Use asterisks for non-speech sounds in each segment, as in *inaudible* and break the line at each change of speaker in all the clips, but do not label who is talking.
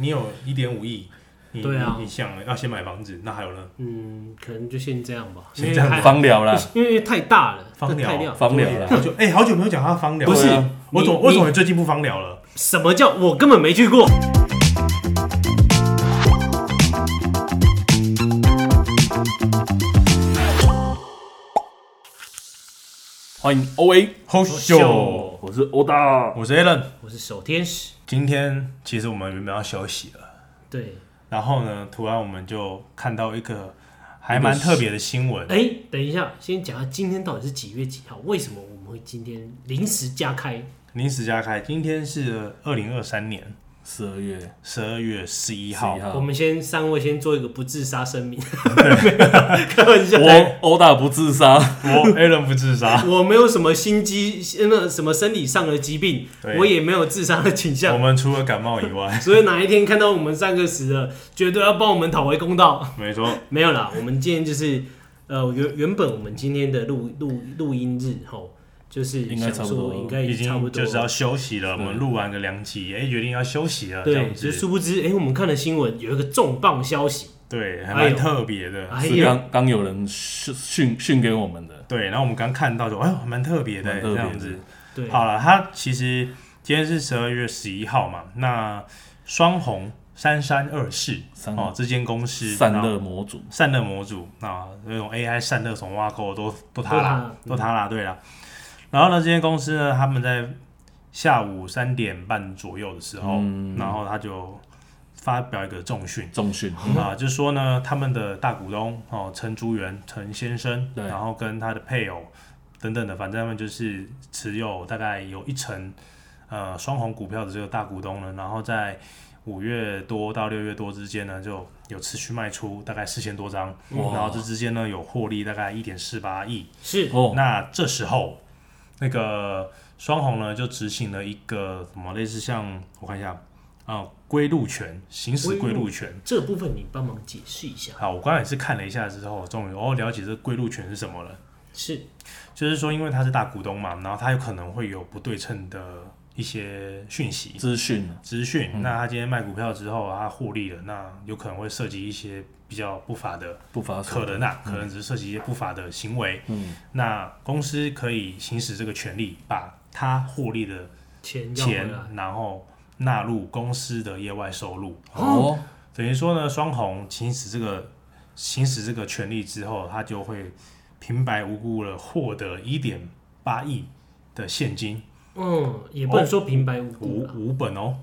你有一点五亿，你
对啊
你你想要先买房子，那还有呢？
嗯，可能就先这样吧，因
先
为
这样
太
吧
方
*laughs*
疗啦，
因为太大了，
方疗
太亮。
方疗
好
啦，
久哎、好久没有讲他芳疗了，
不是
对啊我总
你
我总最近不芳疗了。
什么叫我根本没去过？
欢迎 O A
好久，
我是欧大，
我是 Alan。
我是守天使，
今天其实我们原本要休息了，
对，
然后呢，突然我们就看到一个还蛮特别的新闻。
哎、等一下，先讲下今天到底是几月几号？为什么我们会今天临时加开？
临时加开，今天是二零二三年
十二月
十二月十一
一
号。
我
号，
们先三位先做一个不自杀声
*laughs*
明，没有开玩笑。
我欧大不自杀，
我 Alan 不自
*laughs*
杀，
我没有什么心机，那什么生理上的疾病，
对
我也没有自杀的倾
我
向，
们除了感冒以外， *laughs*
所以哪一天看到我们三个死了，绝对要帮我们讨回公道。
没错，
没有啦，我们今天就是呃原原本我们今天的录录录音日吼，就是
应该
想
差不多
说
了
应该
已
也差
经
不多
就是要
了，
休息了。我们录完个两集，哎、决定要休息了，这
对，
样
就
子。
殊不知哎、诶我们看了新闻有一个重磅消息，
对，还
哎呦
蛮特别的。
哎
是
呀，
刚刚有人训训训给我们的，
对，然后我们刚看到就，哎呦，蛮特别的
蛮特
这
别的
样子。
对，
好了，它其实今天是十二月十一号嘛，那双红三三二四
三
哦，这间公司
散
然后
热模组，
散热模组啊，那种 AI 散热什么挖沟都都它
都它
啦，都它啦，对啦。然后呢，这间公司呢，他们在下午三点半左右的时候，
嗯
然后他就发表一个重讯。
重训，
啊，就是说呢，他们的大股东哦，陈竹元陈先生，
对
然后跟他的配偶等等的，反正他们就是持有大概有一成呃双红股票的这个大股东呢，然后在五月多到六月多之间呢，就有持续卖出大概四千多张，
哇
然后这之间呢有获利大概一点四八亿。
是
哦，
那这时候那个双红呢就执行了一个什么类似像我看一下啊、呃归路权，行使
归
归
路
路权。
这部分你帮忙解释一下，
好，我刚才也是看了一下之后，终于哦了解这归路权是什么了。
是
就是说，因为他是大股东嘛，然后他有可能会有不对称的一些讯息、
资讯
资讯。那他今天卖股票之后，他获利了，那有可能会涉及一些比较不法的，
不发手
可能啊，可能只是涉及一些不法的行为。
嗯，
那公司可以行使这个权利，把他获利的
钱要回
钱
来，，
然后纳入公司的业外收入。
哦，
等于说呢，双红行使这个行使这个权利之后，他就会平白无故的获得一点八亿的现金，
嗯，也不能说平白无
无
故啦，
无本哦，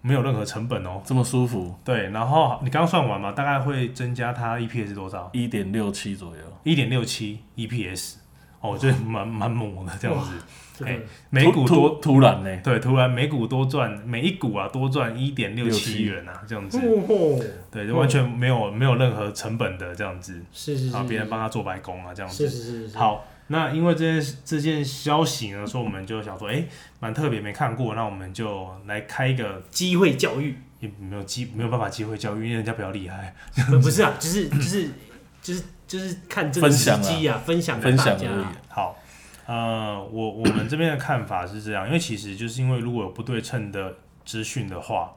没有任何成本哦。
这么舒服，
对，然后你刚算完嘛，大概会增加它 EPS 多少？
一点六七左右，
一点六七 EPS，哦，这蛮蛮猛的这样子。
这
哎
个
每股
突
多
突突然呢，
对，突然每股多赚，每一股啊多赚一点六七
67
元啊，这样子。
哦吼，
对，就完全没有没有任何成本的这样子，
是是是
啊然后别人
是
帮他做白工啊这样子。
是是是是，
好，那因为这件这件消息呢，所以我们就想说，哎、蛮特别，没看过，那我们就来开一个，
机会教育。
也没有机没有办法机会教育，因为人家比较厉
*laughs*
害，
不不是啊，就是就是就是就是看这个
分
时
享啊
机啊，分享给
分
大
享
家
而已
啊。，
好，呃，我我们这边的看法是这样，因为其实就是因为如果有不对称的资讯的话，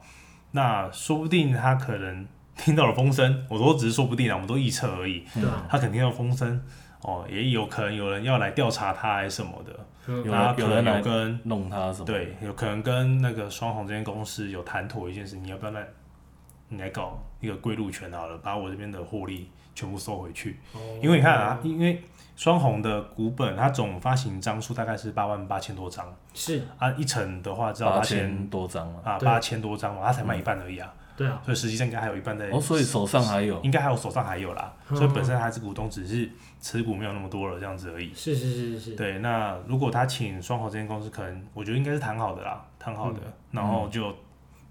那说不定他可能听到了风声，我都只是说不定啊，我们都臆测而已，
对啊，
他肯定要风声。哦，也有可能有人要来调查他还是什么的，
嗯
有
然后
人
可
有
能
人
有
来
跟
弄他什么，
对，有可能跟那个双红这间公司有谈妥一件事，你要不要来，你来搞一个归路权好了，把我这边的获利全部收回去。因为你看啊，，因为双红的股本，它总发行张数大概是八万八千多张
是，
啊，一成的话只要
八
八千
千多张嘛，
啊
对
八千多张嘛，它才卖一半而已啊，
对啊，
所以实际上应该还有一半在，
哦，所以手上还有，
应该还有手上还有啦，
嗯
所以本身它是股东，只是持股没有那么多了这样子而已。
是是是是，
对，那如果他请双红这间公司，可能我觉得应该是谈好的啦，谈好的，
嗯
然后就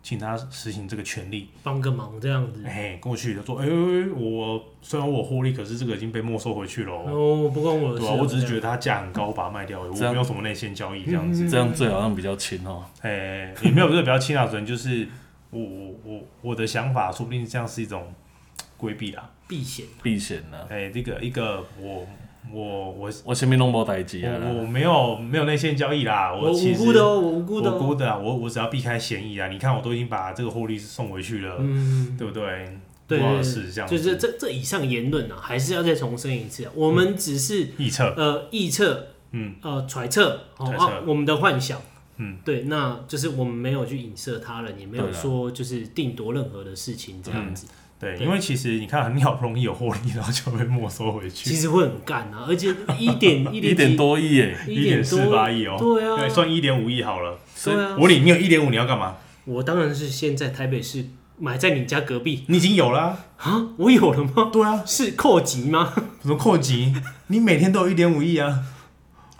请他实行这个权利，
帮个忙这样子。
嘿，过去就说，哎、哎哎我虽然我获利，可是这个已经被没收回去了哦，
哦，不关我的
对
事
啊，
啊，
我只是觉
得
得它价很高，我把它卖掉而已，
这
我
样
没有什么内线交易这
嗯
样子，
这样最好像比较轻哦，
哎、也没有这个比较轻啊，可能就是我我我我的想法，说不定这样是一种规避啦，
避险。
避险呢，啊
哎、这个一个我我我
我前面弄没代机啊啦，
我我没有没有内线交易啦，
我
其
无
实
辜的哦，我无辜的
我
哦，
估的啊，我我只要避开嫌疑啊！你看，我都已经把这个获利送回去了，
嗯，
对不对？
对
不好
对
的
对
事这样子
就是这这以上言论啊，还是要再重申一次啊，我们只是
臆测，
呃臆测，
嗯，
呃揣测，哦
揣测
啊，我们的幻想，
嗯，啊
对，那就是我们没有去影射他人，也没有
对啦
说就是定夺任何的事情这
嗯
样子，
对，
对
因为其实你看，你好不容易有获利，然后就被没收回
其
去，
实会很干啊，而且一
*laughs*
点一
一点
点
多亿耶，
几
一点四八亿哦，
对啊，
对，算一点五亿好了。
所以
对啊，
我里面有一点五，你要干嘛？
我当然是先在台北市买在你家隔壁
你已经有啦，
啊，我有了吗？
对啊，
是扣级吗？
什么扣级？你每天都有一点五亿啊，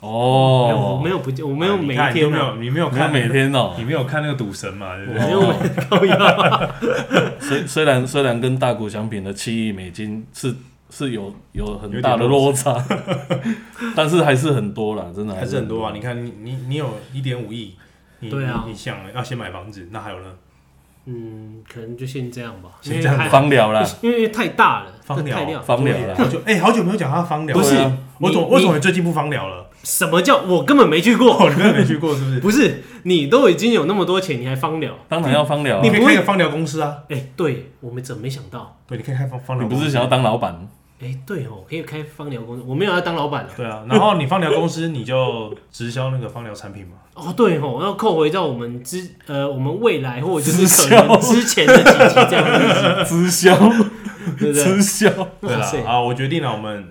没有我
哦
没，有不， *laughs* 我没有
啊
每
你看你都
天
没
啊，
有，你没有
没有
看
每，天哦，
你没有看那个赌神嘛，对不
我
对？
没有每靠腰，
虽虽然虽然跟大股相比的七亿美金是是有有很
有
大
点
的落
落
差，但是还是很多啦，真的
还是很多啊！
多
你看，你你你有一点五亿，你
对啊
你你想要先买房子，那还有呢？
嗯，可能就先这样吧，因
先
为
这样吧
还
芳疗啦，
*laughs*
因为太大了，
芳疗
太亮。
芳疗啦，
好久哎、好久没有讲他芳疗了，
不是
对啊我
你
总
你
我总最近不芳疗了，
什么叫我根本没去过？
哦，你们没去过是不是？
不是你都已经有那么多钱，你还芳疗？
当然要芳疗啊
你，可
不
以
会
开个芳疗公司啊，
哎、对我们怎么没想到？
对，你可以开芳芳疗
你
公
不
司，
是想要当老
*laughs*
板？
哎、对哦，可以开芳疗公司，我没有要当老板啊。
对啊，然后你芳疗公司你就直销那个芳疗产品 *laughs* 嘛，
哦，对哦，要扣回到我们之呃，我们未来或者就
直
是可
销
能之前的几集这样
直 *laughs* 销，
子，对不对？
直销，
对
哇
啦
塞，
啊，我决定了，我们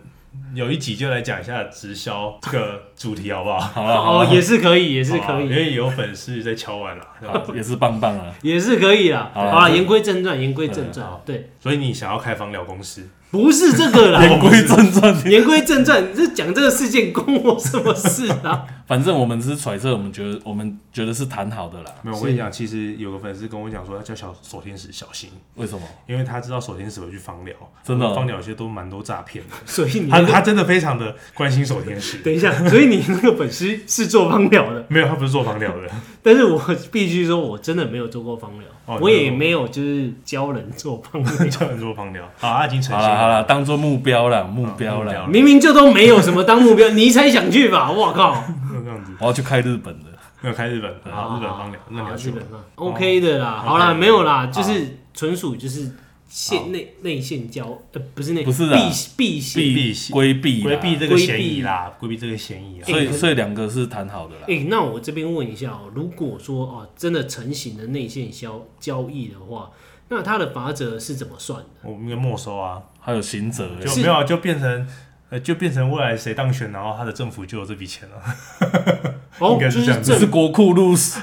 有一集就来讲一下直销这个主题好不好？ *laughs*
好了，好
哦，
啦
也是可以，也是
好
可
啊因
以，
为有粉丝在敲碗了，这 *laughs* 样
好也是棒棒啊，
也是可以啦。
好啦
好啦，
对
言归正传，言归正
对
传
好，
对，
所以你想要开芳疗公司，
不是这
*laughs*
个啦。
言归正传，
言归正传，你这讲这个事件关我什么事
*laughs*
啊？
反正我们是揣测，我们觉得我们觉得是谈好的啦。
没有，我跟你讲，其实有个粉丝跟我讲说，要叫小守天使小心，
为什么？
因为他知道守天使会去芳疗，
真的哦
芳疗有些都蛮多诈骗的，
所以你
他
那个
他真的非常的关心守天使，
等一下，所以你那个本师是做芳疗的， *laughs*
没有，他不是做芳疗的，
但是我必须说，我真的没有做过芳疗，
哦
我也没有就是教人做芳疗，
叫人做芳疗。好，他已经成
好
型
啦好
了。
啦，当做目标啦，目标
目标
啦，
明明就都没有什么当目标，你才想去吧？我靠！
就这样子，
我要去开日本的。
没有开日本，好，日本芳疗，那你
好
要
啊日
去吗
本？啊，OK 的啦。好啦，
哦 OK
没有啦，
好
就是纯属就是线内内线交，呃，不是内，
不是啊
避避线。
避
避规避啦
规避这个嫌疑啦，规避这个嫌疑啦。啊
所
所以
以所以两个是谈好的啦。
哎、那我这边问一下哦，如果说哦真的成型的内线交交易的话，那它的罚则是怎么算的？
我们应该没收啊，
还有刑责欸，
就没有啊就变成。呃，就变成未来谁当选，然后他的政府就有这笔钱了。
哦，
应该
就是
这样子
这是国库入市，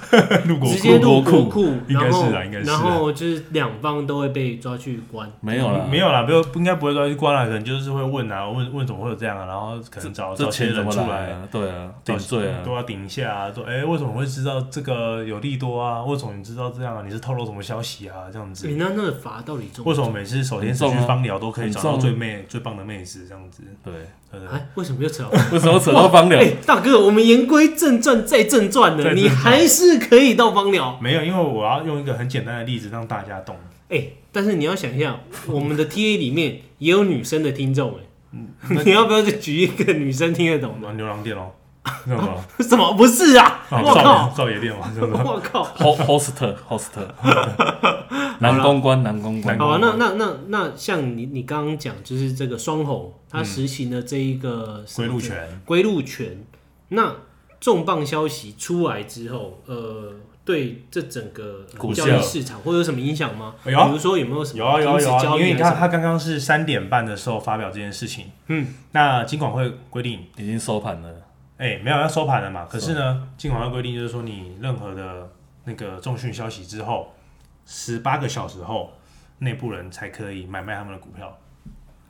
如果
直接入国
国
库，
应该
然
是
后
啊应该是啊
然后就是两方都会被抓去关。
没有啦，
没有啦，不要不应该不会抓去关啦，可能就是会问啊，问问怎么会有这样啊，然后可能找
这
找些
钱怎
人
么
出
来啊？对啊，顶罪啊
都，要顶一下啊，说哎、为什么会知道这个有利多啊？为什么你知道这样啊？你是透露什么消息啊？这样子
你、，那那个罚到底重不
为什
重？
么每次手天使
很重
去
啊
芳疗都可以找到
很重啊
最妹、最棒的妹子这样子？呃
对，
对不对
哎，为什么又扯到？
为什么扯到芳疗
哎、？
*laughs*
大哥，我们言归正传，再正
再
传的，
正传
你还是可以到帮了。
没有，因为我要用一个很简单的例子让大家懂。
哎、但是你要想一下，我们的 TA 里面也有女生的听众哎、
那
你要不要再举一个女生听得懂的？
玩牛郎店哦，那什么
什么不是啊？
啊
*laughs* 我
少
靠
爷！少爷店嘛，是
*laughs*
不是？
我靠！
Ho- host
*laughs*
host，男公关男公关，
好啊，那那那那像你你刚刚讲，就是这个双吼，它实行了这一个什
嗯归
么
路权，
归入权。那重磅消息出来之后，呃，对这整个呃
股
交
价
易市场会有什么影响吗？
啊哎呦
比如说有没有什么
有啊有啊
停止
有啊，
交易
因为你
还
看
是
他刚刚是三点半的时候发表这件事情，嗯，那金管会规定，
已经收盘
*laughs*
了，
哎、没有要收盘了嘛，可是呢，金管会规定就是说你任何的那个重讯消息之后，十八个小时后。内部人才可以买卖他们的股票，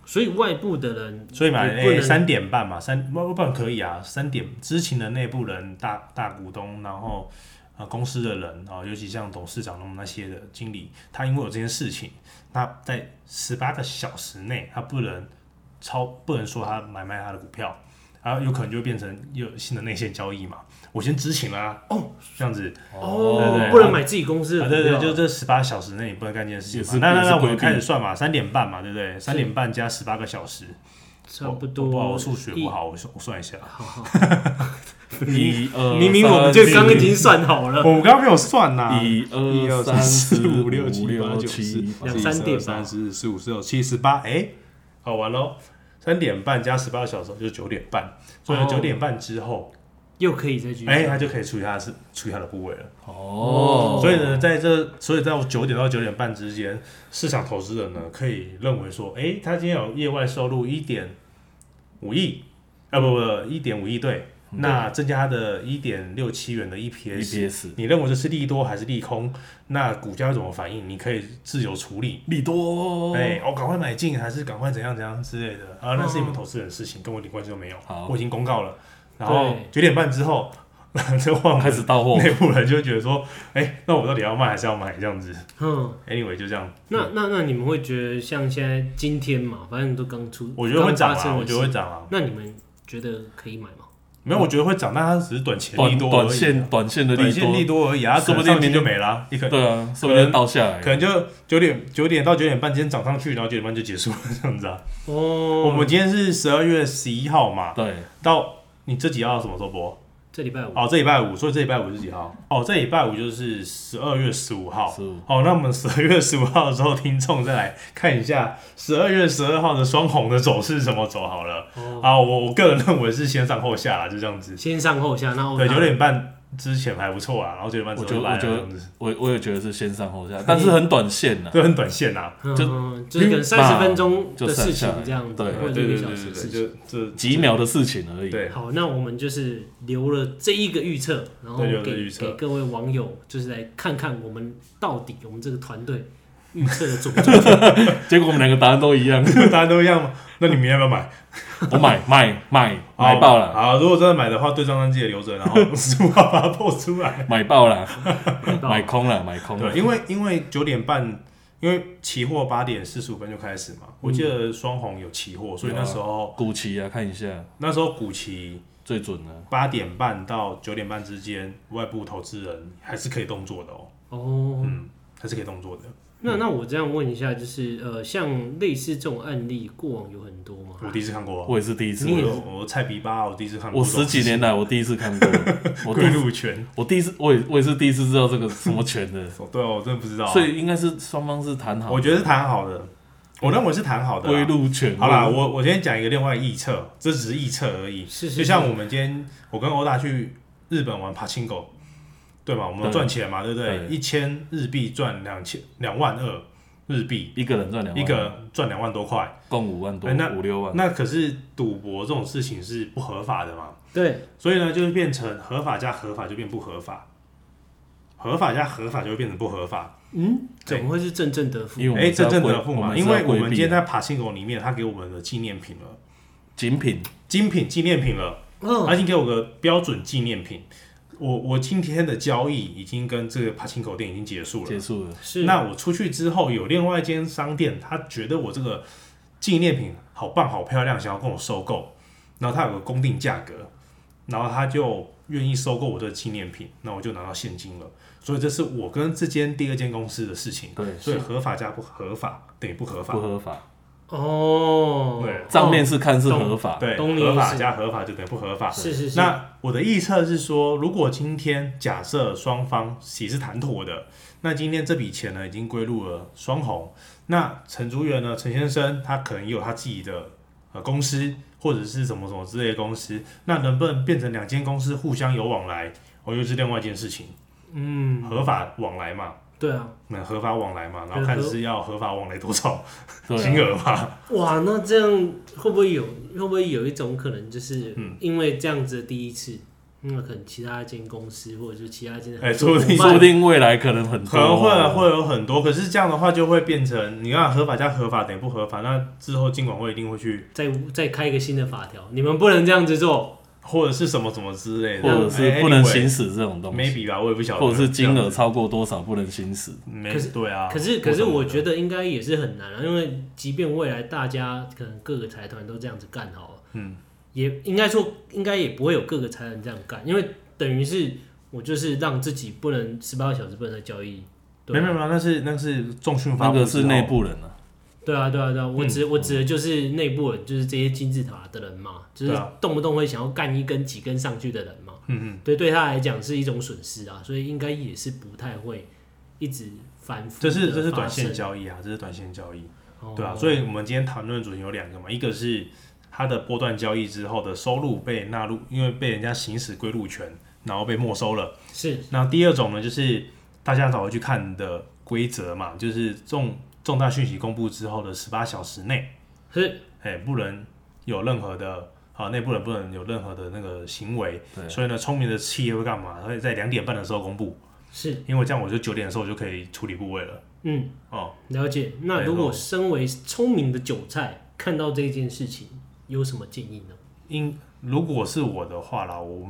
所以外部的人
所以嘛，
也不
哎，
能
三点半嘛，三不不然可以啊，三点知情的内部人、大大股东，然后呃公司的人啊、尤其像董事长那么那些的经理，他因为有这件事情，他在十八个小时内，他不能超不能说他买卖他的股票，然后有可能就会变成有新的内线交易嘛。我先知情啦、哦，这样子，哦对对对
不能买自己公司的
啊、
股
对
票，
对，就这十八小时内你不能干这件事情
也是
嘛。那那
也是
那我
规
们
定
开始算嘛，三点半嘛，对不对？三点半加十八个小时，
差不
我不好，
多
我数学不好，我算我算一下，
好好，
一
嗯
二，
明明我们就刚刚已
经
经算好了，
*laughs* 我们刚刚没有算呐、
一
一
二
二
三
三
四
四
五
五六七八
六
九十
七，
两三点吧
三四十五十六七十八，哎，好完喽，三点半加十八小时就是九点半，所以
哦
九点半之后，
又可以再继续
哎、
算。
他就可以处理他的事，处理他的部位了。
哦，
所以呢，在这，所以在我九点到九点半之间，市场投资人呢可以认为说，哎、他今天有业外收入一点五亿，啊不不，一点五亿对，那增加他的一点六七元的
E
EPS，
EPS
你认为这是利多还是利空？那股价会怎么反应？你可以自由处理。
利多，
哎、我、赶快买进还是赶快怎样怎样之类的啊？那是你们投资人的事情，跟我一点关系都没有
好。
我已经公告了，然后
对
九点半之后， *laughs* 就换我
开始到货，
内部人就会觉得说，哎、那我到底要卖还是要买这样子
嗯，
？Anyway，就这样。
那那那你们会觉得像现在今天嘛，反正都刚出，
我觉得会涨
刚发
啊，
生的
我觉得会
事
涨啊。
那你们觉得可以买吗？
没有，我觉得会涨，但它只是短期利
短
多而已啊
短线短线的
短
利
线利
多，
多而已啊，
说不定
可能上去
明
就没了，你可
对啊，说不定倒下来
可。能就九点九点到九点半之间涨上去，然后九点半就结束了这样子啊。
哦，
我们今天是十二月十一号嘛，
对，
到你这集要什么时候播？
这礼拜五
哦，这礼拜五，所以这礼拜五是几号？哦，这礼拜五就是十二月十五号。
15
哦，那我们十二月十五号的时候，听众再来看一下十二月十二号的双红的走势怎么走好了。
哦，
啊，我我个人认为是先上后下啦，就这样子。
先上后下，那哦
对，九点半之前还不错啊，然后九点半之
我
后
觉得
就来了，这
我觉得
样子
我我也觉得是先上后
*laughs*
下，但是很短线呐。
就很短线啊啦。
嗯
就
嗯就是可能三十分钟的事情这样子，
对
或
对
者一
对对
个小
对
时
对
的事
对，
情。
就这
几。秒的事情而已。
对，
好，那我们就是留了这一个预测，然后
对留了
给
预测
给各位网友，就是来看看我们到底我们这个团队预测的准不准。
*laughs*
*laughs*
结果我们两个答案都一样，
大家都一样吗？那你们要不要买？
我买买买买爆了，
好，如果真的买的话，对账单记得留着，然后十五号把它 *laughs* 破出来。
买爆了，
到
*laughs* 买空了，买空
对，。
了
哦
*laughs*
因为因为九点半，因为期货八点四十五分就开始
嗯
嘛，我记得双红有期
啊
货，所以那时候、
股期啊，看一下
那时候股期
最准的。
八点半到九点半之间，外部投资人还是可以动作的哦，
哦，
嗯，还是可以动作的。
那那我这样问一下，就是呃，像类似这种案例，过往有很多吗？
我第一次看过啊，
我也是第一次，
你也
我我菜皮吧，我第一次看过
我
这种
十几
*laughs*
年来我第一次看过，我
贵
第
入权，
我第一次我也我也是第一次知道这个什么权的，
哦 *laughs* 对哦，我真的不知道啊，
所以应该是双方是谈好
我觉得是谈好的，我认为是谈好的啦。
归入权。
好啦，我我今天讲一个另外的臆测，这只是臆测而已。
是是
就像我们今天我跟欧大去日本玩爬青狗，对嘛？我们
对
赚钱嘛，对不对？
对
一千日币赚两千两万二日币，
一个人赚两万，
一个赚两万多块。
共五万多
哎那，
五六万。
那可是赌博这种事情是不合法的嘛，
对，
所以呢，就是变成合法加合法就变不合法，合法加合法就会变成不合法。
嗯，怎么会是正正得负？
因为我
哎，
们是
这
要
正
规
得负
我
嘛，
们是
因
要
为我
规
们
避
今天
啊
在爬青狗里面，他给我们的纪念品了，
精品
精品纪念品了。
嗯，
他已经给我个标准纪念品。我我今天的交易已经跟这个帕青口店已经结束了。
结束了，
是
那我出去之后，有另外一间商店，他觉得我这个纪念品好棒、好漂亮，想要跟我收购，然后他有个公定价格，然后他就愿意收购我的纪念品，那我就拿到现金了。所以这是我跟这间第二间公司的事情。
对，
所以合法加不合法等于不合法
不。合法。
哦，
对
账面是看是合法，
对，
懂你
合
意
法
思
加合法就等于不合法
哦。是是是，
那我的预测是说，如果今天假设双方其实是谈妥的，那今天这笔钱呢已经归入了双红。那陈竹元呢，陈先生他可能也有他自己的呃公司或者是什么什么之类的公司，那能不能变成两间公司互相有往来？我、哦、又是另外一件事情，
嗯，
合法往来嘛，
对啊，
那合法往来嘛，然
对
后看
合
是要合法往来多少金
对啊，
额嘛。
哇，那这样会不会有会不会有一种可能，就是
嗯
因为这样子的第一次，那可能其他一间公司或者是其他一间的
哎说不定
合作
说
伙伴
不定未来可能很多，
可能会会有很多，可是这样的话就会变成，你看合法加合法等于不合法，那之后金管会一定会去
再再开一个新的法条，你们不能这样子做，
或者是什么什么之类的，哎
或者是不能行使这种
anyway,
东西，
maybe 吧，我也不晓得，
或者是金额超过多少不能行使。
没
可是
对啊，
可是可是我觉
得
得应该也是很难啊，因为即便未来大家可能各个财团都这样子干好了，嗯，也应该说应该也不会有各个财团这样干，因为等于是我就是让自己不能十八小时不能再交易，对
没
啊
有没有，没有那是那是重讯发
那
布之后，
个是内部人啊，
对啊，对啊，对啊，
嗯
我指、我指的就是内部人，就是这些金字塔的人嘛，就是
哦对啊
动不动会想要干一根几根上去的人嘛，
嗯嗯，
对，对他来讲是一种损失啊，所以应该也是不太会一直反复。
这是这是短线，交易啊，这是短线交易，
哦、
对啊，所以我们今天谈论的主题有两个嘛，一个是它的波段交易之后的收入被纳入，因为被人家行使归入权，然后被没收了。
是
那第二种呢，就是大家早会去看的规则嘛，就是重重大讯息公布之后的十八小时内，
是
哎，不能有任何的啊，内部人不能有任何的那个行为。
对
所以呢，聪明的企业会干嘛？会在两点半的时候公布，
是，
因为这样我就九点的时候我就可以处理部位了。
嗯，
哦，
了解。那
没
如果
错
身为聪明的韭菜，看到这件事情，有什么建议呢？
因如果是我的话啦，我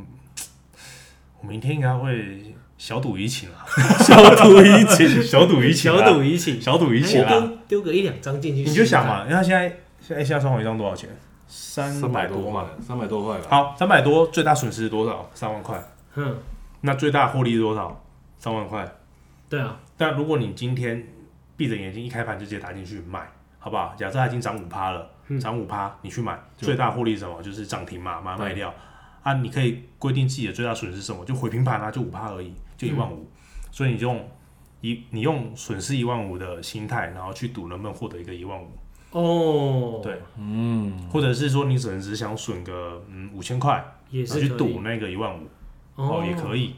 我明天应该会小赌怡情 *laughs* 啦，
小赌怡情，
小赌怡情啦，
小赌怡情，
小赌怡情
哎
啦。
丢丢个一两张进去，
啊你就想，嘛，因为他现在现在现在双红一张多少钱？三
三百
多
多
嘛。
块，三百多块吧。
好，三百多，最大损失是多少？三万块。
嗯，
那最大获利是多少？三万块。
对啊，
但如果你今天闭着眼睛一开盘就直接打进去买，好不好？假设它已经涨五趴了，涨五趴你去买，
就
最大获利是什么？就是涨停嘛，把它
对
卖掉啊。你可以规定自己的最大损失是什么，就回平盘啊，就五趴而已，就一万五。所以你就用一你用损失一万五的心态，然后去赌能不能获得一个一万五。
哦，
对，
嗯，
或者是说你只能只想损个嗯五千块，
也
然后
是
去
可以
赌那个一万五
哦
哦，也可
以，
以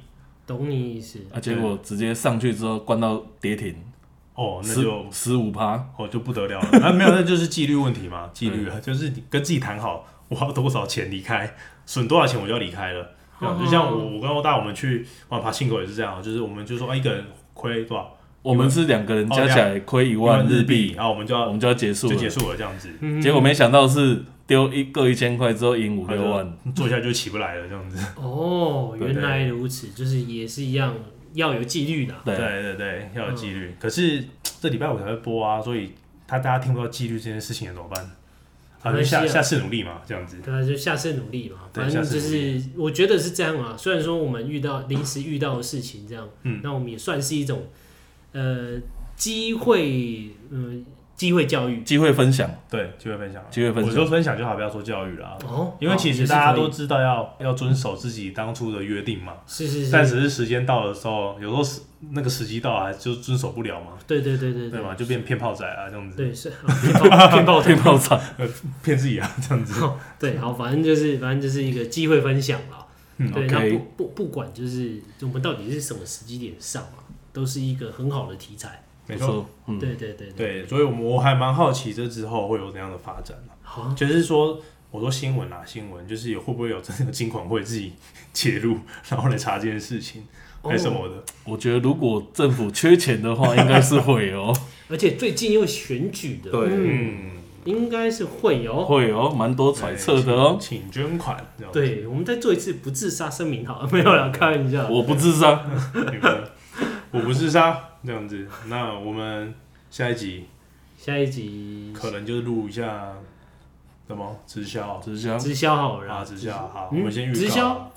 懂你意思，
啊，结果直接上去之后关到跌停，
哦，那
十
就
十五趴，
哦就不得了 *laughs* 了。啊，没有，那就是纪律问题嘛，
嗯
纪律啊，就是你跟自己谈好，我要多少钱离开，损多少钱我就要离开了。对啊
哦
就像我我跟欧大我们去玩爬信狗也是这样，就是我们就说啊一个人亏多少
我们是两个人加起来亏一
一
万
币，
日
啊
币，
然后我们就
我
要
们就要结束
哦就结
了。
束了这样子，
嗯
结
*laughs*
果没想到是丢一各一千块之后赢五
他就
六万，
坐下就起不来了这样子。
哦，
对
原来如此，就是也是一样要有纪律的啊。
对，
对对对，要有纪律。可是这礼拜五才会播啊，所以他大家听不到纪律这件事情了怎么办？啊，
没
就
关系
下
啊
下次努力嘛，这样子。
对啊，就下次努力嘛。
对
反正就
下次努
是我觉得是这样啊。虽然说我们遇到临时遇到的事情这样，
嗯，
那我们也算是一种呃机会，嗯、机会教育。
机会
*laughs*
分享，
对，机会分享啊，
机会分
我
享
就分享就好，不要说教育了啊。
哦，
因为其实
哦
大家都
也
知道要要遵守自己当初的约定嘛，
是可以是是是，
但只是时间到的时候，有时候时那个时机到了还就遵守不了嘛，
对对对对
对
对
嘛，就变骗炮仔啊这样 *laughs* 子，
对是啊骗炮骗炮
骗
骗
炮场，
骗自己啊这
*laughs*
样子。
炮，哦对，好，反正就是反正就是一个机会分享啦。
嗯
对，
OK
那不不不管就是我们到底是什么时机点上啊，都是一个很好的题材。
没
不
错，
错，嗯，
对对对对，
对，所以我们我还蛮好奇这之后会有怎样的发展啊
好啊，
就是说，我说新闻啊，新闻就是有会不会有真的金管会自己 *laughs* 介入，然后来查这件事情，
哦
还是什么的？
我觉得如果政府缺钱的话，应该是会哦， *laughs*
而且最近又选举的，
对
嗯，
嗯，
应该是会有。
会哦，蛮多揣测的哦。
请请捐款，这样，
对，我们再做一次不自杀声明好了， *laughs* 没有啦，开玩笑。
我不智商，
你们我不是杀这样子。那我们下一集
下一集
可能就是录一下什么直销
直销
直销好了
啊，
啦，
直销。好，
嗯
我们先预告
直销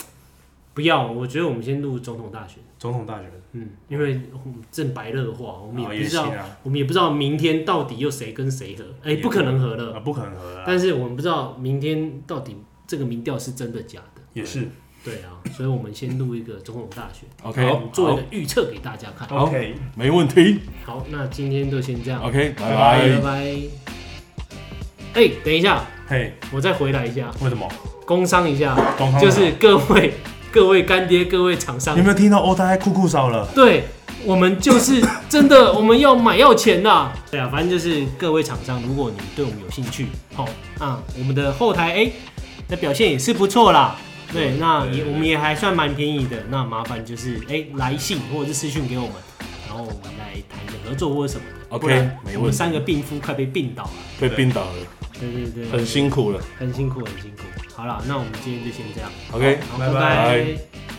不要，我觉得我们先录总统大选，
总统大选，
嗯，因为我们正白热化，我们
啊
也
也
不知道
行，啊，
我们也不知道明天到底又谁跟谁合，哎，
也
不可能合
啊
了。
不可能合啊，
但是我们不知道明天到底这个民调是真的假的，
也是
对啊，所以我们先录一个总统大选，
，OK，
好
做一
好
个，预测给大家看。
好
OK。
没问题
好，那今天就先这样。
，OK，拜
拜
拜
拜。
拜。哎、等一下，
嘿，
我再回来一下，
为什么？
工商一下，
工商
就是 *laughs* 各位各位干爹、各位厂商
你有，没有听到哦欧大在酷酷少了？
对我们就是真的，我们要买要钱呐。对啊，反正就是各位厂商，如果你对我们有兴趣，好、啊，我们的后台哎、那表现也是不错啦。对，那也
对对对
我们也还算蛮便宜的。那麻烦就是哎、来信或者是私讯给我们，然后我们来谈个合作或者什么的。
OK，
不然
没问题
我们三个病夫快被病倒了。
被冰倒了，
对对对，
很辛苦了。
很辛苦，很辛苦。好了，那我们今天就先这样，
OK，
好，
拜
拜
拜
拜